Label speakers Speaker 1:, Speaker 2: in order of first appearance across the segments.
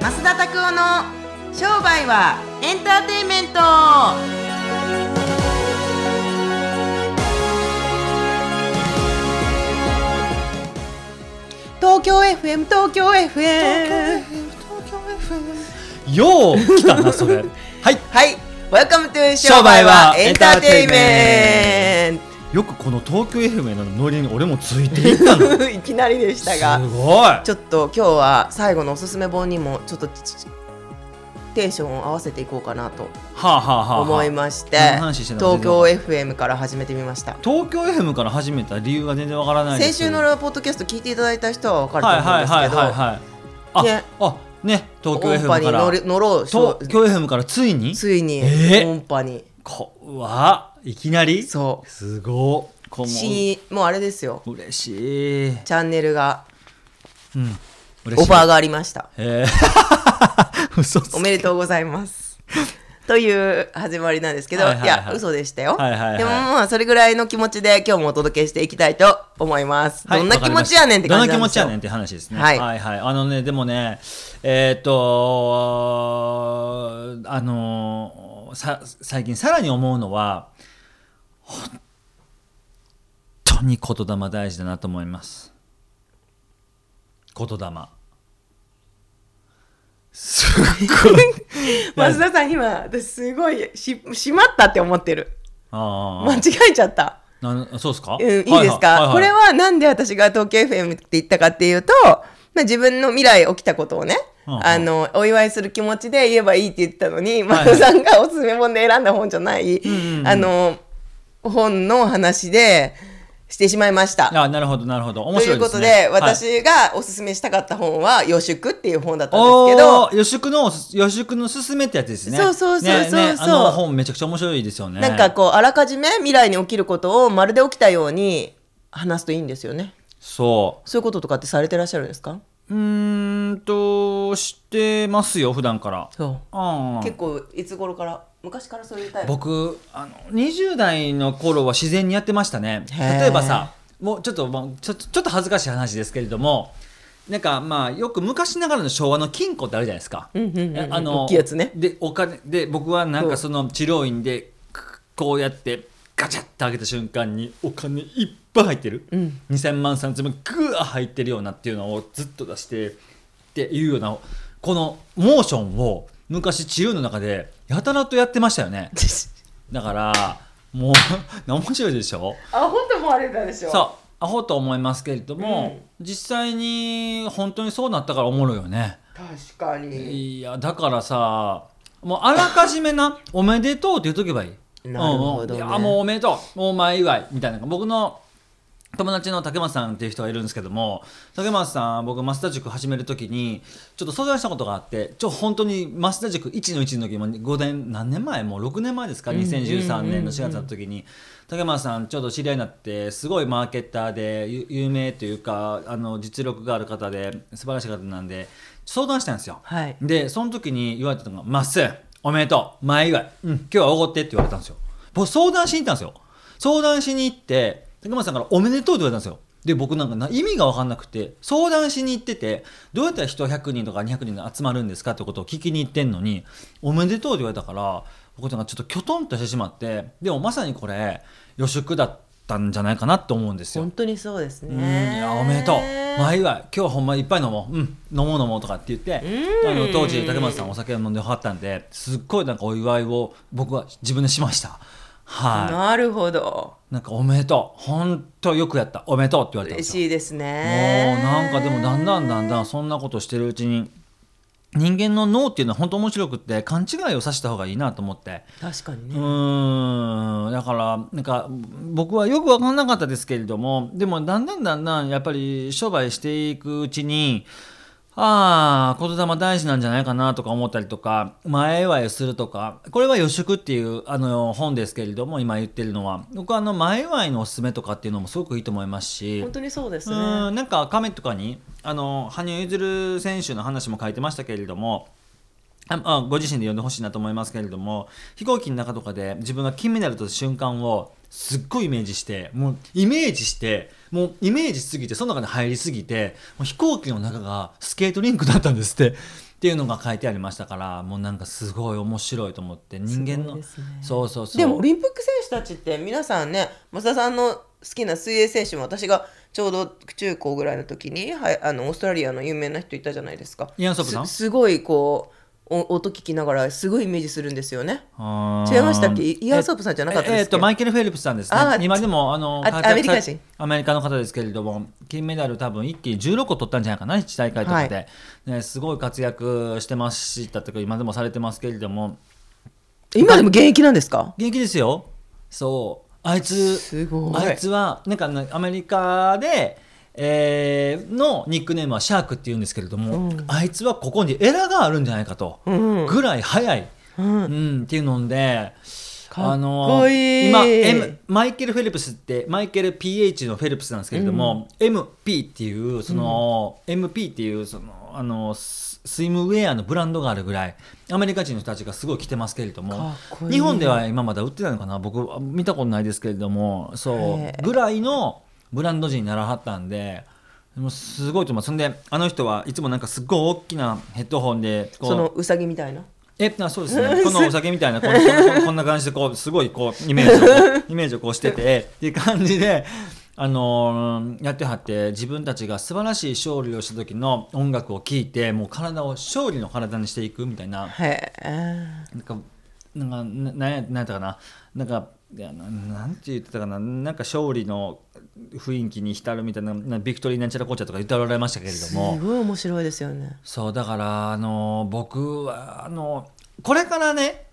Speaker 1: 拓夫の商売はエンターテインメント東京 FM 東京 FM
Speaker 2: よう来たな それはい
Speaker 1: はい、Welcome to 商売はエンターテインメント
Speaker 2: よくこの東京 FM のノリに俺もついていった の
Speaker 1: いきなりでしたが
Speaker 2: すごい
Speaker 1: ちょっと今日は最後のおすすめ本にもちょっとテンションを合わせていこうかなと
Speaker 2: はあはあはあはあ
Speaker 1: 思いまして
Speaker 2: 何の話してたの
Speaker 1: 東京 FM から始めてみました
Speaker 2: 東京 FM から始めた理由が全然わからないで
Speaker 1: 先
Speaker 2: す
Speaker 1: 週のポッドキャスト聞いていただいた人は分かると
Speaker 2: はい
Speaker 1: 思うん
Speaker 2: はい
Speaker 1: で
Speaker 2: はいはい
Speaker 1: す
Speaker 2: はいあ、
Speaker 1: ね
Speaker 2: あね東
Speaker 1: け
Speaker 2: 京
Speaker 1: ど音波
Speaker 2: FM
Speaker 1: に
Speaker 2: か
Speaker 1: 乗
Speaker 2: ら
Speaker 1: る乗ろうしょ
Speaker 2: 東京 FM からついに
Speaker 1: ついに
Speaker 2: えー
Speaker 1: 音波に
Speaker 2: こわいきなり
Speaker 1: そ
Speaker 2: すごっ
Speaker 1: う
Speaker 2: こも
Speaker 1: しもうあれですよ
Speaker 2: 嬉しい
Speaker 1: チャンネルが
Speaker 2: うん嬉しい
Speaker 1: オファーがありました
Speaker 2: へー 嘘つ
Speaker 1: おめでとうございます。という始まりなんですけど、
Speaker 2: はいいはいはい
Speaker 1: や嘘でしたよ、
Speaker 2: はいはいはい
Speaker 1: でもまあそれぐらいの気持ちで今日もお届けしていきたいと思います、
Speaker 2: はい
Speaker 1: どんな気持ちやねんって感じ
Speaker 2: ど
Speaker 1: なんん
Speaker 2: な
Speaker 1: で
Speaker 2: 気持
Speaker 1: す
Speaker 2: ちや
Speaker 1: よ
Speaker 2: ねんって話ですね。
Speaker 1: は
Speaker 2: はいい、はい、あのね、でもね、えーっと、あのーさ、最近さらに思うのは、本当に言霊大事だなと思います。言霊。すっ ごい。
Speaker 1: 増田さん今私すごいししまったって思ってる
Speaker 2: あ
Speaker 1: 間違えちゃった、
Speaker 2: あ、なんそうですか、
Speaker 1: うん、いいですか、
Speaker 2: はは
Speaker 1: これはなんで私が東京 FM って言ったかっていうと、まあ、自分の未来起きたことをね、
Speaker 2: うんうん
Speaker 1: あのお祝いする気持ちで言えばいいって言ったのに
Speaker 2: はいはい
Speaker 1: 増田さんがおすすめ本で選んだ本じゃない、
Speaker 2: んうん
Speaker 1: あの本の話でしてしまいました。
Speaker 2: あ、なるほど、なるほど。面
Speaker 1: とい
Speaker 2: 白
Speaker 1: う
Speaker 2: いで
Speaker 1: こ
Speaker 2: す
Speaker 1: と
Speaker 2: ね。
Speaker 1: で、
Speaker 2: はい
Speaker 1: 私がおすすめしたかった本は「予祝」っていう本だったん
Speaker 2: お
Speaker 1: ですけど
Speaker 2: おー予祝の予祝のすすめってやつですね
Speaker 1: そうそうそうそ
Speaker 2: ね
Speaker 1: う
Speaker 2: ね
Speaker 1: そう
Speaker 2: あの本めちゃくちゃ面白いですよね
Speaker 1: なんかこうあらかじめ未来に起きることをまるで起きたように話すといいんですよね。
Speaker 2: そ
Speaker 1: そういうこととかってされてらっしゃるんですか
Speaker 2: ううーんとしてますよ普段から
Speaker 1: そう
Speaker 2: うん
Speaker 1: 結構いつ頃から昔からそういうタイプ
Speaker 2: 僕あの20代の頃は自然にやってましたね
Speaker 1: へー
Speaker 2: 例えばさもうちょっともうちょちょっと恥ずかしい話ですけれどもなんかまあよく昔ながらの昭和の金庫ってあるじゃないですか、
Speaker 1: うんうんうんうん
Speaker 2: あの
Speaker 1: 大きいやつね
Speaker 2: でお金で僕はなん
Speaker 1: うん
Speaker 2: かその治療院でくこうやってガチャッと開けた瞬間にお金いっぱい入ってる、
Speaker 1: うん
Speaker 2: 2,000万3,000万グワー入ってるようなっていうのをずっと出してっていうようなこのモーションを昔治療院の中でやたらとやってましたよね。だからもう 面白いでしょ
Speaker 1: あ本当もあれだでしょ
Speaker 2: そうアホと思いますけれども、実際に本当にそうなったからおもろいよね、
Speaker 1: 確かに
Speaker 2: いやだからさもうあらかじめなおめでとうって言っとけばいい
Speaker 1: なるほどね
Speaker 2: うんうんいやもうおめでとうもうお前祝いみたいな僕の友達の竹松さんっていう人がいるんですけども竹松さん僕増田塾始める時にちょっと相談したことがあってちょ本当に増田塾1の1の時も5年何年前もう6年前ですか2013年の4月の時に竹松さんちょうど知り合いになってすごいマーケッターでゆ有名というかあの実力がある方で素晴らしい方なんで相談したんですよ。
Speaker 1: はい
Speaker 2: でその時に言われたのが「まっすーおめでとう前祝い、うん、今日はおごって」って言われたんですよ僕相談しに行ったんですよ相談しに行って竹松さんから「おめでとう」って言われたんですよで僕なんかな意味が分かんなくて相談しに行っててどうやったら人100人とか200人が集まるんですかってことを聞きに行ってんのに「おめでとう」って言われたから僕なんかちょっときょとんとしてしまってでもまさにこれ予祝だったんじゃないかなって思うんですよ
Speaker 1: 本当にそうですね
Speaker 2: うんいやおめでとう前祝い今日はほんまいっぱい飲もう、うん、飲もう飲もうとかって言ってあの当時竹松さんお酒を飲んではったんですっごいなんかお祝いを僕は自分でしましたは
Speaker 1: なるほど
Speaker 2: いなんかおめでとうほんとよくやったおめでとうって言われたんで
Speaker 1: 嬉
Speaker 2: すよ
Speaker 1: しいです
Speaker 2: もう
Speaker 1: ね
Speaker 2: なんかでもだんだんだんだんそんなことしてるうちに人間の脳っていうのは本当面白くって勘違いをさせた方がいいなと思って
Speaker 1: 確かに
Speaker 2: う
Speaker 1: ね
Speaker 2: ーんだからなんか僕はよく分かんなかったですけれどもでもだんだんだんだんやっぱり商売していくうちにああ言霊大事なんじゃないかなとか思ったりとか前祝いをするとかこれは「予祝」っていうあの本ですけれども今言ってるのは僕はあの前祝いのおすすめとかっていうのもすごくいいと思いますし
Speaker 1: 本当にそうですね
Speaker 2: うんなんか亀とかにあの羽生結弦選手の話も書いてましたけれどもああご自身で読んでほしいなと思いますけれども飛行機の中とかで自分が金メダルとった瞬間をすっごいイメージしてもうイメージしてもうイメージしすぎてその中に入りすぎてもう飛行機の中がスケートリンクだったんですってっていうのが書いてありましたからもうなんかすごい面白いと思って人間の、
Speaker 1: すごいですね
Speaker 2: そうそうそう
Speaker 1: でもオリンピック選手たちって皆さんね増田さんの好きな水泳選手も私がちょうど中高ぐらいの時に、はい、あのオーストラリアの有名な人いたじゃないですか
Speaker 2: イアンソープさん
Speaker 1: すすごいこうお音聞きながらすごいイメージするんですよね
Speaker 2: あー
Speaker 1: 違いましたっけイイアンソープさんじゃなかった
Speaker 2: え
Speaker 1: で
Speaker 2: えっ
Speaker 1: すっけ
Speaker 2: とマイケル・フェリプスさんですね
Speaker 1: あー
Speaker 2: 今でもあの
Speaker 1: あ
Speaker 2: 活躍さ
Speaker 1: アメリカ人
Speaker 2: アメリカの方ですけれども金メダル多分一気に16個取ったんじゃないかな1大会とかで、
Speaker 1: は
Speaker 2: ね、すごい活躍してましたとか今でもされてますけれども
Speaker 1: 今でも現役なんですか
Speaker 2: 元気ですよそうあいつ
Speaker 1: すごい
Speaker 2: あいつはなんかねアメリカで、えーのニックネームはシャークって言うんですけれども、あいつはここにエラがあるんじゃないかと、
Speaker 1: ん
Speaker 2: ぐらい速い、
Speaker 1: うん
Speaker 2: うんっていうので。
Speaker 1: かっこいい
Speaker 2: あの今、M、マイケル・フェルプスってマイケル PH のフェルプスなんですけれども、MP っていうその、MP っていうそのあのススイムウェアのブランドがあるぐらいアメリカ人の人たちがすごい着てますけれども
Speaker 1: かっこいい
Speaker 2: 日本では今まだ売ってないのかな僕は見たことないですけれどもそ
Speaker 1: へえ
Speaker 2: うぐらいのブランド人にならはったんで。もうすごいと思うそんであの人はいつもなんかすごい大きなヘッドホンでこう
Speaker 1: そのウサギみたいな
Speaker 2: えあそうです ねこのお酒みたいなこんなこんこん な感じでこうすごいこうイメージをこうイメー ジをこうしててっていう感じで。あのーやってはって自分たちが素晴らしい勝利をした時の音楽を聴いてもう体を勝利の体にしていくみたいな
Speaker 1: へえ
Speaker 2: なんか、なんか、ななんやなんやったかな、なんか、いやななんて言ってたかな、なんか勝利の雰囲気に浸るみたいな、なビクトリーなんちゃらこうちゃとか言っておられましたけれど
Speaker 1: す
Speaker 2: も、
Speaker 1: ごい面白いですよね
Speaker 2: そう、だから、あの、僕は、あの、これからね、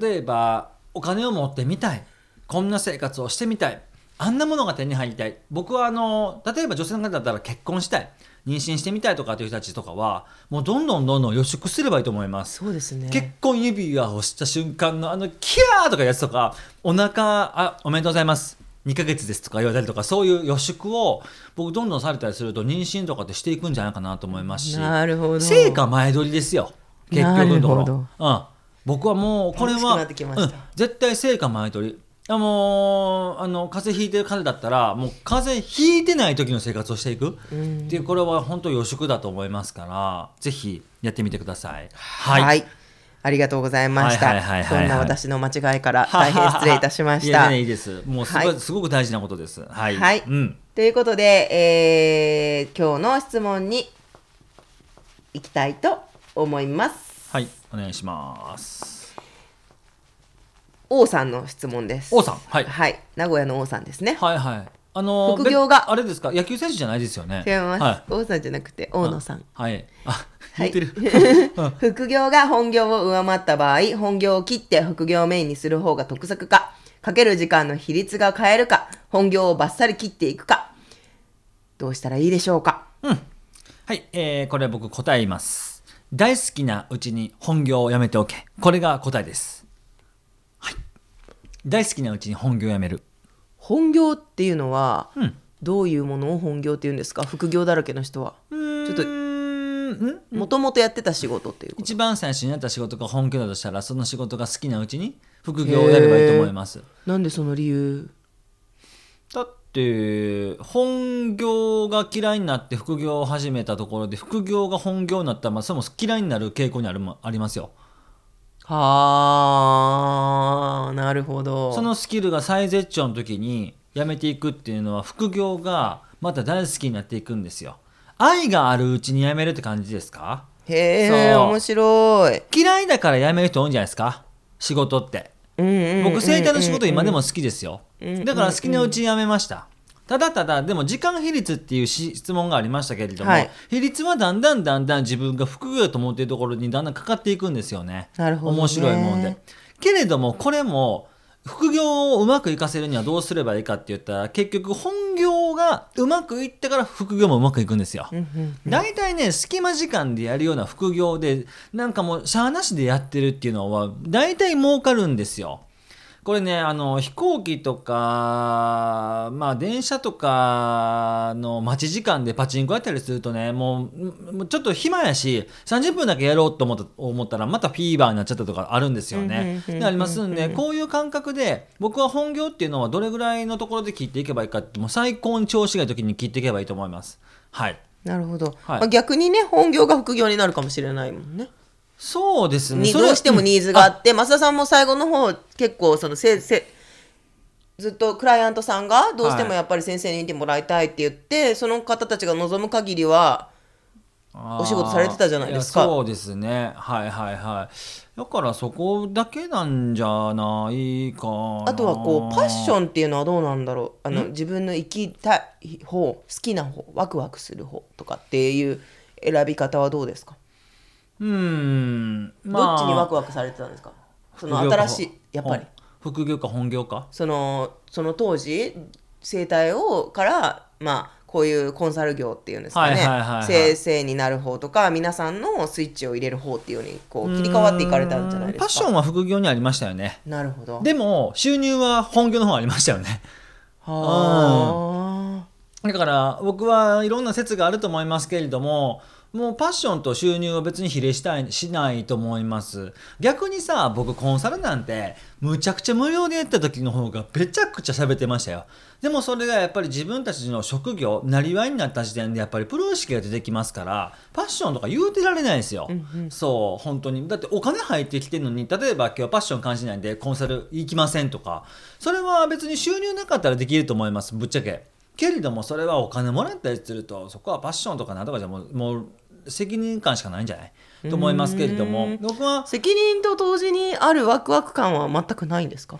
Speaker 2: 例えば、お金を持ってみたい、こんな生活をしてみたい、あんなものが手に入りたい、僕は、あの、例えば女性の方だったら結婚したい。妊娠してみたいとかという人たちとかはもうどんどんどんどん予祝すればいいと思います。
Speaker 1: そうですね
Speaker 2: 結婚指輪をした瞬間のあのキャーとかやつとかお腹あおめでとうございます2ヶ月ですとか言われたりとかそういう予祝を僕どんどんされたりすると妊娠とかってしていくんじゃないかなと思いますし
Speaker 1: なるほど
Speaker 2: 成果前取りですよ結局のとこ
Speaker 1: なる
Speaker 2: ろ、うん、僕はもうこれ
Speaker 1: 楽しく
Speaker 2: は
Speaker 1: なってきました
Speaker 2: うん絶対成果前取りあもうあの風邪ひいてる彼だったらもう風邪ひいてない時の生活をしていく、
Speaker 1: うん
Speaker 2: っていうこれは本当予祝だと思いますからぜひやってみてください。
Speaker 1: はい、ありがとうございました、
Speaker 2: はいはいはいはいはい
Speaker 1: そんな私の間違いから大変失礼いたしまし
Speaker 2: い
Speaker 1: た
Speaker 2: やいやいいです。もうすごい、
Speaker 1: はい
Speaker 2: すごく大事なことです。はい。
Speaker 1: はい
Speaker 2: うん。
Speaker 1: ということで、えー今日の質問に行きたいと思います
Speaker 2: はい。お願いします。
Speaker 1: 王さんの質問です
Speaker 2: 王さん。はい。は
Speaker 1: はい名古屋の王さんですね
Speaker 2: いはい。あのー
Speaker 1: 副業が
Speaker 2: べあれですか。野球選手じゃないですよね。
Speaker 1: 違います、
Speaker 2: は
Speaker 1: 王さんじゃなくて大野さん
Speaker 2: い。はい。あ、
Speaker 1: は
Speaker 2: 言
Speaker 1: い
Speaker 2: ってる。
Speaker 1: 副業が本業を上回った場合本業を切って副業をメインにする方が得策かかける時間の比率が変えるか本業をバッサリ切っていくかどうしたらいいでしょうか
Speaker 2: はい、えー、これ僕答えます。大好きなうちに本業をやめておけ。これが答えです。はい。大好きなうちに本業をやめる。
Speaker 1: 本業っていうのは、
Speaker 2: ん
Speaker 1: どういうものを本業っていうんですか副業だらけの人は
Speaker 2: ち
Speaker 1: ょっと
Speaker 2: ん
Speaker 1: もともとやってた仕事っていうこと
Speaker 2: 一番最初にやった仕事が本業だとしたら、その仕事が好きなうちに副業をやればいいと思います。
Speaker 1: なんでその理由
Speaker 2: だって本業が嫌いになって副業を始めたところで副業が本業になったらまあそれも嫌いになる傾向にあるもありますよ
Speaker 1: はあなるほど
Speaker 2: そのスキルが最絶頂の時に辞めていくっていうのは副業がまた大好きになっていくんですよ愛があるうちに辞めるって感じですか
Speaker 1: へえ
Speaker 2: そう
Speaker 1: 面白い
Speaker 2: 嫌いだから辞める人多いんじゃないですか仕事って
Speaker 1: うんうんうん
Speaker 2: 僕生体の仕事今でも好きですよだから好きなうちにやめましたただただでも時間比率っていうし質問がありましたけれども、
Speaker 1: はい
Speaker 2: 比率はだんだんだんだん自分が副業と思っているところにだんだんかかっていくんですよね
Speaker 1: なるほどね
Speaker 2: 面白いもんでけれどもこれも副業をうまく活かせるにはどうすればいいかって言ったら結局本業がうまくいってから副業もうまくいくんですよ、大体ね隙間時間でやるような副業でなんかもうしゃあなしでやってるっていうのは大体儲かるんですよこれねあの飛行機とか、まあ、電車とかの待ち時間でパチンコやったりするとねもうもうちょっと暇やし30分だけやろうと思った思ったらまたフィーバーになっちゃったとかあるんですよね。
Speaker 1: うんうんうんうん
Speaker 2: でありますんでこういう感覚で僕は本業っていうのはどれぐらいのところで切っていけばいいかってもう最高に調子がいい時に切っていけばいいと思います。はい
Speaker 1: なるほど、
Speaker 2: はい
Speaker 1: まあ、逆にね本業が副業になるかもしれないもんね
Speaker 2: そうですね
Speaker 1: に
Speaker 2: それ
Speaker 1: どうしてもニーズがあって増田さんも最後の方結構そのせせずっとクライアントさんがどうしても
Speaker 2: はい
Speaker 1: やっぱり先生に見てもらいたいって言って、その方たちが望む限りはお仕事されてたじゃないですか
Speaker 2: あーやそうですねはいはいはいだからそこだけなんじゃないかな
Speaker 1: あとはこうパッションっていうのはどうなんだろうあの自分の生きたい方好きな方ワクワクする方とかっていう選び方はどうですか、
Speaker 2: うーん、
Speaker 1: どっちにワクワクされてたんですかその
Speaker 2: 副業か
Speaker 1: 新しいやっぱり
Speaker 2: ほん副業か本業か
Speaker 1: そのその当時生態をからまあこういうコンサル業っていうんですかね、
Speaker 2: はいはいはいはい
Speaker 1: 先生になる方とか皆さんのスイッチを入れる方っていうようにこう切り替わっていかれたんじゃないですか
Speaker 2: パッションは副業にありましたよね
Speaker 1: なるほど
Speaker 2: でも収入は本業の方ありましたよね
Speaker 1: はあ
Speaker 2: だから僕はいろんな説があると思いますけれどももうパッションと収入は別に比例したいしないと思います逆にさ僕コンサルなんてむちゃくちゃ無料でやった時の方がめちゃくちゃ喋ってましたよでもそれがやっぱり自分たちの職業なりわいになった時点でやっぱりプロ意識が出てきますからパッションとか言うてられないですよ、そう本当にだってお金入ってきてるのに例えば今日パッション感じないんでコンサル行きませんとかそれは別に収入なかったらできると思いますぶっちゃけけれどもそれはお金もらったりするとそこはパッションとかなんとかじゃもうもう責任感しかないんじゃないと思いますけれども僕は
Speaker 1: 責任と同時にあるワクワク感は全くないんですか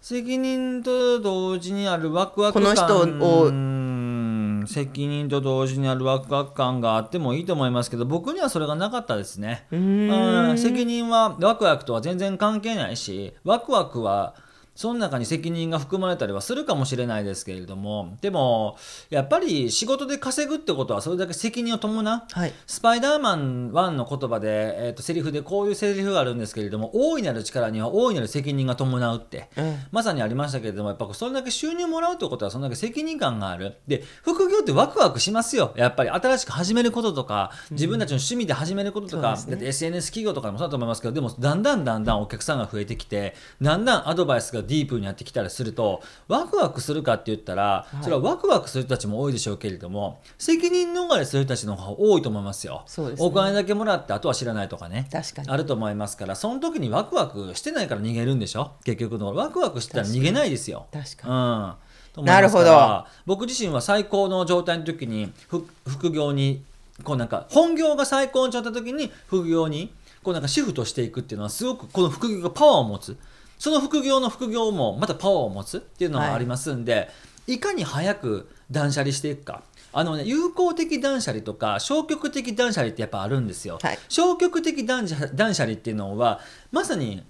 Speaker 2: 責任と同時にあるワクワク
Speaker 1: この
Speaker 2: 感
Speaker 1: 人を
Speaker 2: うん責任と同時にあるワクワク感があってもいいと思いますけど僕にはそれがなかったですね
Speaker 1: ん
Speaker 2: うん責任はワクワクとは全然関係ないしワクワクはその中に責任が含まれたりはするかもしれないですけれどもでもやっぱり仕事で稼ぐってことはそれだけ責任を伴う
Speaker 1: はい
Speaker 2: スパイダーマン1の言葉で、えー、とセリフでこういうセリフがあるんですけれども大いなる力には大いなる責任が伴うって、
Speaker 1: ええ
Speaker 2: まさにありましたけれどもやっぱそれだけ収入もらうってことはそれだけ責任感があるで副業ってワクワクしますよやっぱり新しく始めることとか自分たちの趣味で始めることとか、
Speaker 1: そうですね
Speaker 2: だって SNS 企業とかでもそうだと思いますけどでもだんだんだんだんお客さんが増えてきてだんだんアドバイスがディープになってきたりするとワクワクするかって言ったらそれはワクワクする人たちも多いでしょうけれども責任逃れする人たちの方が多いと思いますよ。
Speaker 1: そうですね
Speaker 2: お金だけもらってあとは知らないとかね
Speaker 1: 確かに
Speaker 2: あると思いますからその時にワクワクしてないから逃げるんでしょ結局のワクワクしてたら逃げないですよ。
Speaker 1: 確かに
Speaker 2: うんと思いますから
Speaker 1: なるほど
Speaker 2: 僕自身は最高の状態の時にふ副業にこうなんか本業が最高の状態の時に副業にこうなんかシフトしていくっていうのはすごくこの副業がパワーを持つその副業の副業もまたパワーを持つっていうのがありますんで、い、かに早く断捨離していくか。あのね、有効的断捨離とか消極的断捨離ってやっぱあるんですよ、
Speaker 1: はい
Speaker 2: 消極的断捨断捨離っていうのはまさに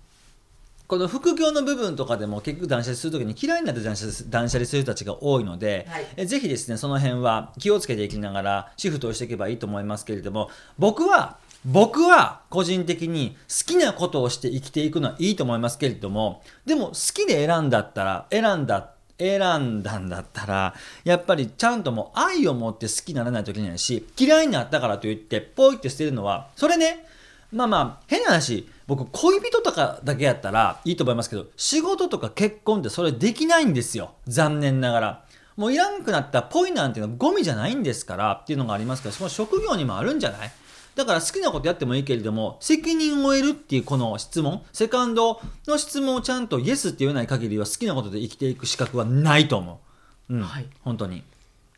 Speaker 2: この副業の部分とかでも結局断捨離するときに嫌いになって断捨離す断捨離する人たちが多いので、
Speaker 1: はい
Speaker 2: えぜひですねその辺は気をつけていきながらシフトをしていけばいいと思いますけれども僕は僕は個人的に好きなことをして生きていくのはいいと思いますけれどもでも好きで選んだったら選んだ選んだんだったらやっぱりちゃんともう愛を持って好きにならないといけないし嫌いになったからといってポイって捨てるのはそれねまあまあ変な話僕恋人とかだけやったらいいと思いますけど仕事とか結婚ってそれできないんですよ残念ながらもういらんくなったポイなんていうのはゴミじゃないんですからっていうのがありますからその職業にもあるんじゃないだから好きなことやってもいいけれども責任を得るっていうこの質問セカンドの質問をちゃんとイエスって言えない限りは好きなことで生きていく資格はないと思う、うん
Speaker 1: はい
Speaker 2: 本当に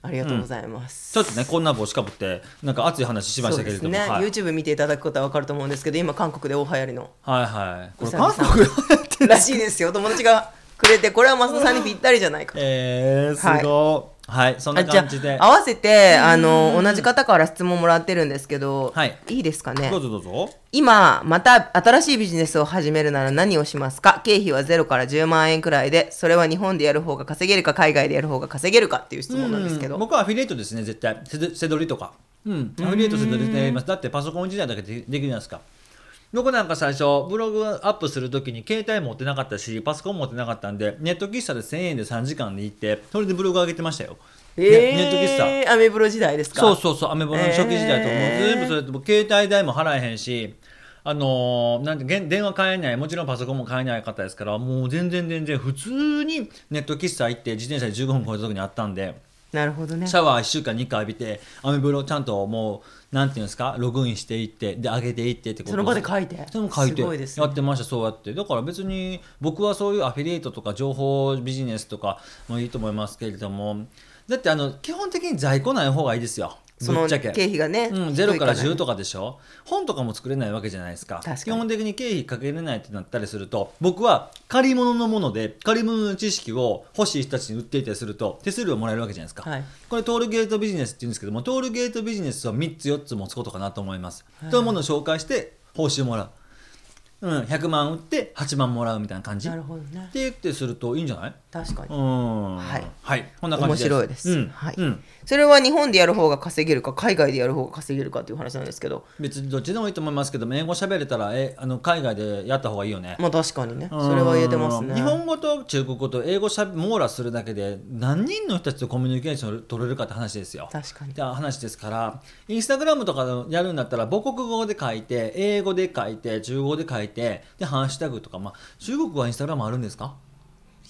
Speaker 1: ありがとうございます、
Speaker 2: ちょっとねこんな帽子かぶってなんか熱い話しまし
Speaker 1: そ
Speaker 2: た
Speaker 1: う
Speaker 2: け
Speaker 1: で
Speaker 2: れ
Speaker 1: す
Speaker 2: ども、
Speaker 1: ね、
Speaker 2: はい、
Speaker 1: YouTube 見ていただくことは分かると思うんですけど今韓国で大流行りの
Speaker 2: はいはい。
Speaker 1: う
Speaker 2: これ
Speaker 1: さぎ
Speaker 2: 韓
Speaker 1: さん
Speaker 2: 国語やってる。
Speaker 1: らしいですよ友達がくれてこれは増田さんにぴったりじゃないか
Speaker 2: えー、すごい。はい、そん
Speaker 1: あ
Speaker 2: な
Speaker 1: じゃ
Speaker 2: 感じで
Speaker 1: あ。合わせてあの同じ方から質問もらってるんですけど、
Speaker 2: はい
Speaker 1: いですかね
Speaker 2: どうぞどうぞ。
Speaker 1: 今また新しいビジネスを始めるなら何をしますか経費は0から10万円くらいでそれは日本でやる方が稼げるか海外でやる方が稼げるかっていう質問なんですけど、
Speaker 2: 僕はアフィリエイトですね、絶対。セドセドリとか。うん、アフィリエイトセドリでやります。だってパソコン時代だけでできるじゃないですか。僕なんか最初、ブログアップするときに携帯持ってなかったし、パソコン持ってなかったんで、ネット喫茶で1000円で3時間で行って、それでブログ上げてましたよ。
Speaker 1: え
Speaker 2: ねネット喫茶。
Speaker 1: ーアメブロ時代ですか
Speaker 2: そうそうそうアメボの初期時代とも
Speaker 1: えー
Speaker 2: う全部それともう携帯代も払えへんしあのーなんてげん電話買えないもちろんパソコンも買えない方ですからもう全然全然普通にネット喫茶行って自転車で15分超えた時にあったんで
Speaker 1: なるほどね
Speaker 2: シャワー1週間2回浴びてアメブロをちゃんともうなんていうんですかログインしていってで上げていってってこと
Speaker 1: その場で書いて
Speaker 2: それも書いて
Speaker 1: すごいですね
Speaker 2: やってましたそうやってだから別に僕はそういうアフィリエイトとか情報ビジネスとかもいいと思いますけれどもだってあの基本的に在庫ない方がいいですよ
Speaker 1: そ
Speaker 2: ぶ
Speaker 1: の
Speaker 2: っちゃ
Speaker 1: 経
Speaker 2: け。
Speaker 1: 費がね、
Speaker 2: うん、
Speaker 1: ゼロ
Speaker 2: 0から10とかでしょ本とかも作れないわけじゃないですか
Speaker 1: 確かに
Speaker 2: 基本的に経費かけれないってなったりすると僕は借り物のもので借り物の知識を欲しい人たちに売っていたりすると手数料もらえるわけじゃないですか、
Speaker 1: はい
Speaker 2: これトールゲートビジネスって言うんですけどもトールゲートビジネスは3つ4つ持つことかなと思います、というものを紹介して報酬もらう、うん、100万売って8万もらうみたいな感じ
Speaker 1: なるほどね
Speaker 2: って言ってするといいんじゃない
Speaker 1: 確かに
Speaker 2: うん
Speaker 1: はい
Speaker 2: はい、こんな感
Speaker 1: 面
Speaker 2: じです
Speaker 1: 白いです、
Speaker 2: うん
Speaker 1: はい
Speaker 2: うん
Speaker 1: それは日本でやる方が稼げるか海外でやる方が稼げるかという話なんですけど
Speaker 2: 別にどっちでもいいと思いますけども英語喋れたらえあの海外でやった方がいいよね。
Speaker 1: まあ確かにねそれは言えてます
Speaker 2: う
Speaker 1: ね
Speaker 2: ん日本語と中国語と英語しゃべ網羅するだけで何人の人たちとコミュニケーションを取れるかって話ですよ。
Speaker 1: 確かに
Speaker 2: って話ですからインスタグラムとかのやるんだったら母国語で書いて英語で書いて中国語で書いてでハッシュタグとか、まあ、中国はインスタグラムあるんですか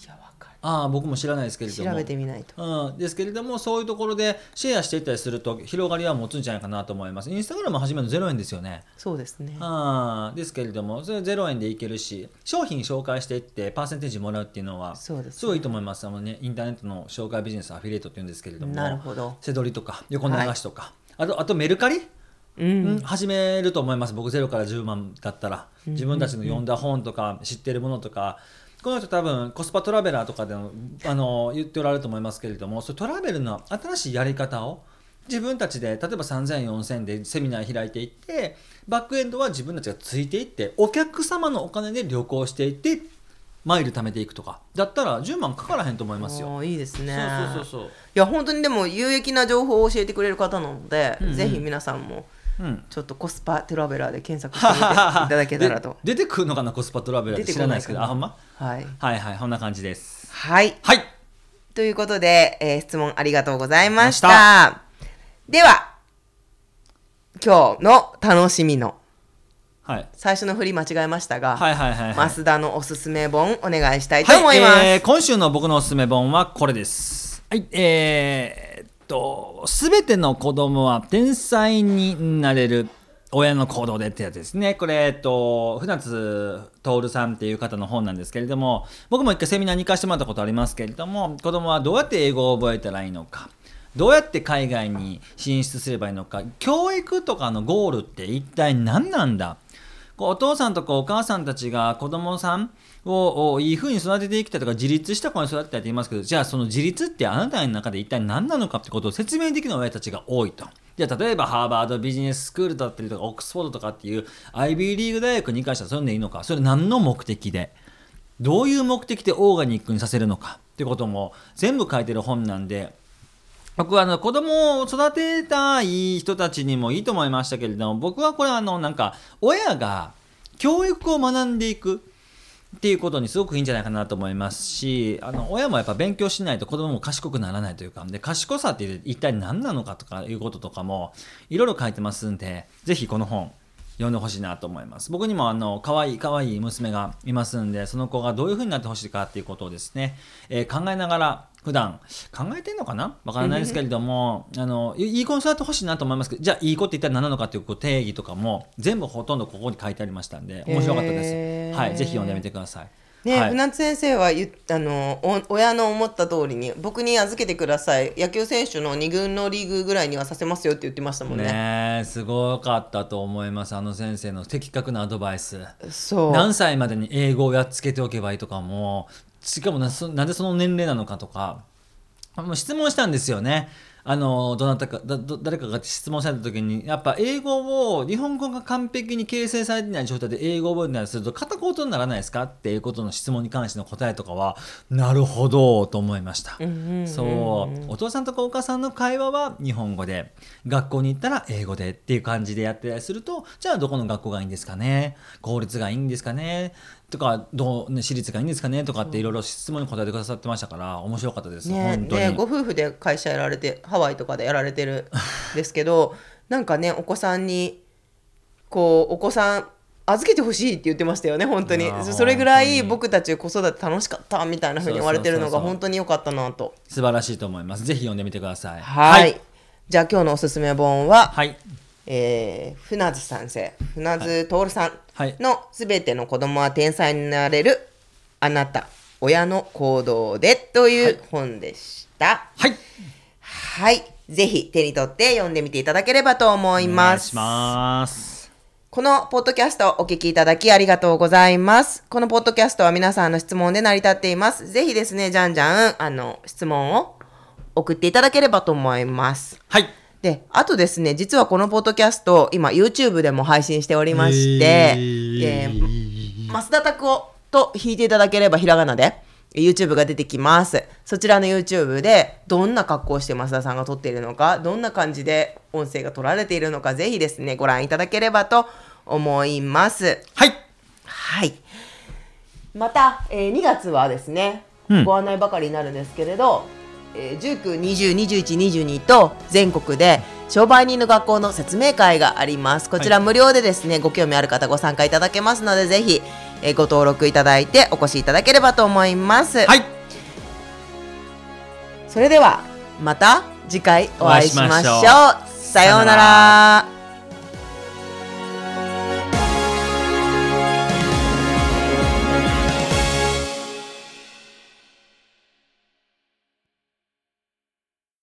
Speaker 1: いやわかる
Speaker 2: ああ僕も知らないですけれども
Speaker 1: 調べてみないと
Speaker 2: うん、ですけれどもそういうところでシェアしていったりすると広がりは持つんじゃないかなと思いますインスタグラム始めるの0円ですよね
Speaker 1: そうですね
Speaker 2: あーですけれどもそれ0円でいけるし商品紹介していってパーセンテージもらうっていうのは
Speaker 1: そうですね
Speaker 2: ごいいいと思いますあの、ね、インターネットの紹介ビジネスアフィリエイトっていうんですけれども
Speaker 1: なるほど
Speaker 2: 背取りとか横流しとか、あとあとメルカリ
Speaker 1: うん
Speaker 2: うん始めると思います僕0から10万だったら自分たちの読んだ本とか知ってるものとかこの人多分コスパトラベラーとかでもあの言っておられると思いますけれどもそうトラベルの新しいやり方を自分たちで例えば30004000でセミナー開いていってバックエンドは自分たちがついていってお客様のお金で旅行していってマイル貯めていくとかだったら10万かからへんと思いますよ。
Speaker 1: おーいいですね
Speaker 2: そうそうそう
Speaker 1: いや本当にでも有益な情報を教えてくれる方なので、
Speaker 2: うんうん
Speaker 1: ぜひ皆さんも
Speaker 2: そううん
Speaker 1: ちょっとコスパトラベラーで検索してみていただけたらと
Speaker 2: で出てくるのかなコスパトラベラーって知らないですけど
Speaker 1: 出
Speaker 2: あ
Speaker 1: て
Speaker 2: ほ
Speaker 1: こ
Speaker 2: ん
Speaker 1: ない
Speaker 2: ま
Speaker 1: はい、
Speaker 2: はいはいこんな感じです
Speaker 1: はい、
Speaker 2: はい
Speaker 1: ということで、えー質問ありがとうございました
Speaker 2: あり
Speaker 1: では今日の楽しみの
Speaker 2: はい
Speaker 1: 最初の振り間違えましたが、
Speaker 2: はいはいはいはい
Speaker 1: 増田のおすすめ本お願いしたいと思います、
Speaker 2: はいえー今週の僕のおすすめ本はこれですはいえー、っと「すべての子供は天才になれる」親の行動でってやつですね。これ、えっと、船津徹さんっていう方の本なんですけれども、僕も一回セミナーに行かせてもらったことありますけれども、子供はどうやって英語を覚えたらいいのか、どうやって海外に進出すればいいのか、教育とかのゴールって一体何なんだこうお父さんとかお母さんたちが子供さんををいい風に育てていきたいとか自立した子に育てたいって言いますけどじゃあその自立ってあなたの中で一体何なのかってことを説明できない親たちが多いと。じゃあ例えばハーバードビジネススクールだったりとかオックスフォードとかっていうアイビーリーグ大学に関してはそれでいいのかそれ何の目的でどういう目的でオーガニックにさせるのかってことも全部書いてる本なんで僕はあの子供を育てたい人たちにもいいと思いましたけれども僕はこれはあのなんか親が教育を学んでいくっていうことにすごくいいんじゃないかなと思いますしあの親もやっぱ勉強しないと子供も賢くならないというかで賢さって一体何なのかとかいうこととかもいろいろ書いてますんでぜひこの本読んでほしいなと思います僕にもあの可愛い可愛い娘がいますんでその子がどういう風になってほしいかっていうことをですね、えー考えながら普段考えてんのかなわからないですけれどもあのいいい子に育ってほしいなと思いますけどじゃあいい子って一体何なのかっていうこう定義とかも全部ほとんどここに書いてありましたんで面白かったです、
Speaker 1: へー
Speaker 2: はい、ぜひ読んでみてください
Speaker 1: ね、
Speaker 2: はい
Speaker 1: 船津先生は言っあのお親の思った通りに僕に預けてください野球選手の2軍のリーグぐらいにはさせますよって言ってましたもんね
Speaker 2: ねえすごかったと思いますあの先生の的確なアドバイス
Speaker 1: そう
Speaker 2: 何歳までに英語をやっつけておけばいいとかもしかもなそなんでその年齢なのかとかあもう質問したんですよねあのどなたかだど誰かが質問された時にやっぱ英語を日本語が完璧に形成されてない状態で英語を覚えたりすると片言にならないですかっていうことの質問に関しての答えとかはなるほどと思いました、そうお父さんとかお母さんの会話は日本語で学校に行ったら英語でっていう感じでやってたりするとじゃあどこの学校がいいんですかね公立がいいんですかねとかどう、ね、私立がいいんですかねとかっていろいろ質問に答えてくださってましたから面白かったです、
Speaker 1: ね
Speaker 2: 本当に、
Speaker 1: ねご夫婦で会社やられてハワイとかでやられて るんですけどなんかねお子さんにこうお子さん預けてほしいって言ってましたよね本当
Speaker 2: い
Speaker 1: に
Speaker 2: やー
Speaker 1: それぐら
Speaker 2: 本当
Speaker 1: い
Speaker 2: に
Speaker 1: 僕たち子育て楽しかったみたいな風に言われてるの
Speaker 2: そうそう
Speaker 1: が
Speaker 2: そうそう
Speaker 1: 本当に良かったなと
Speaker 2: 素晴らしいと思いますぜひ読んでみてください
Speaker 1: はいじゃあ今日のおすすめ本は、
Speaker 2: はい
Speaker 1: えー船津先生船津徹さ
Speaker 2: はい
Speaker 1: んの「すべての子供は天才になれるあなた親の行動で」という本でした
Speaker 2: はい
Speaker 1: はい、ぜひ手に取って読んでみていただければと思い
Speaker 2: お願
Speaker 1: ま
Speaker 2: い
Speaker 1: す
Speaker 2: します
Speaker 1: このポッドキャストをお聞きいただきありがとうございます。このポッドキャストは皆さんの質問で成り立っています。ぜひですね、じゃんじゃん、あの、質問を送っていただければと思います。
Speaker 2: はい
Speaker 1: で、あとですね、実はこのポッドキャスト、今 YouTube でも配信しておりまして、
Speaker 2: え
Speaker 1: え
Speaker 2: ー
Speaker 1: ー増田拓夫と弾いていただければひらがなで、YouTube が出てきます。そちらの YouTube で、どんな格好をして増田さんが撮っているのか、どんな感じで音声が撮られているのか、ぜひですね、ご覧いただければと思います。
Speaker 2: はい
Speaker 1: はい。また、えー2月はですね、
Speaker 2: うん
Speaker 1: ご案内ばかりになるんですけれど、えー、19、20、21、22と全国で商売人の学校の説明会があります。こちら
Speaker 2: は
Speaker 1: 無料でですね、ご興味ある方ご参加いただけますので、ぜひ、えーご登録いただいてお越しいただければと思います。
Speaker 2: はい
Speaker 1: それでは、また次回お会いしましょう。
Speaker 2: お会いしましょう
Speaker 1: さよう
Speaker 2: さような
Speaker 1: な
Speaker 2: ら
Speaker 1: ら。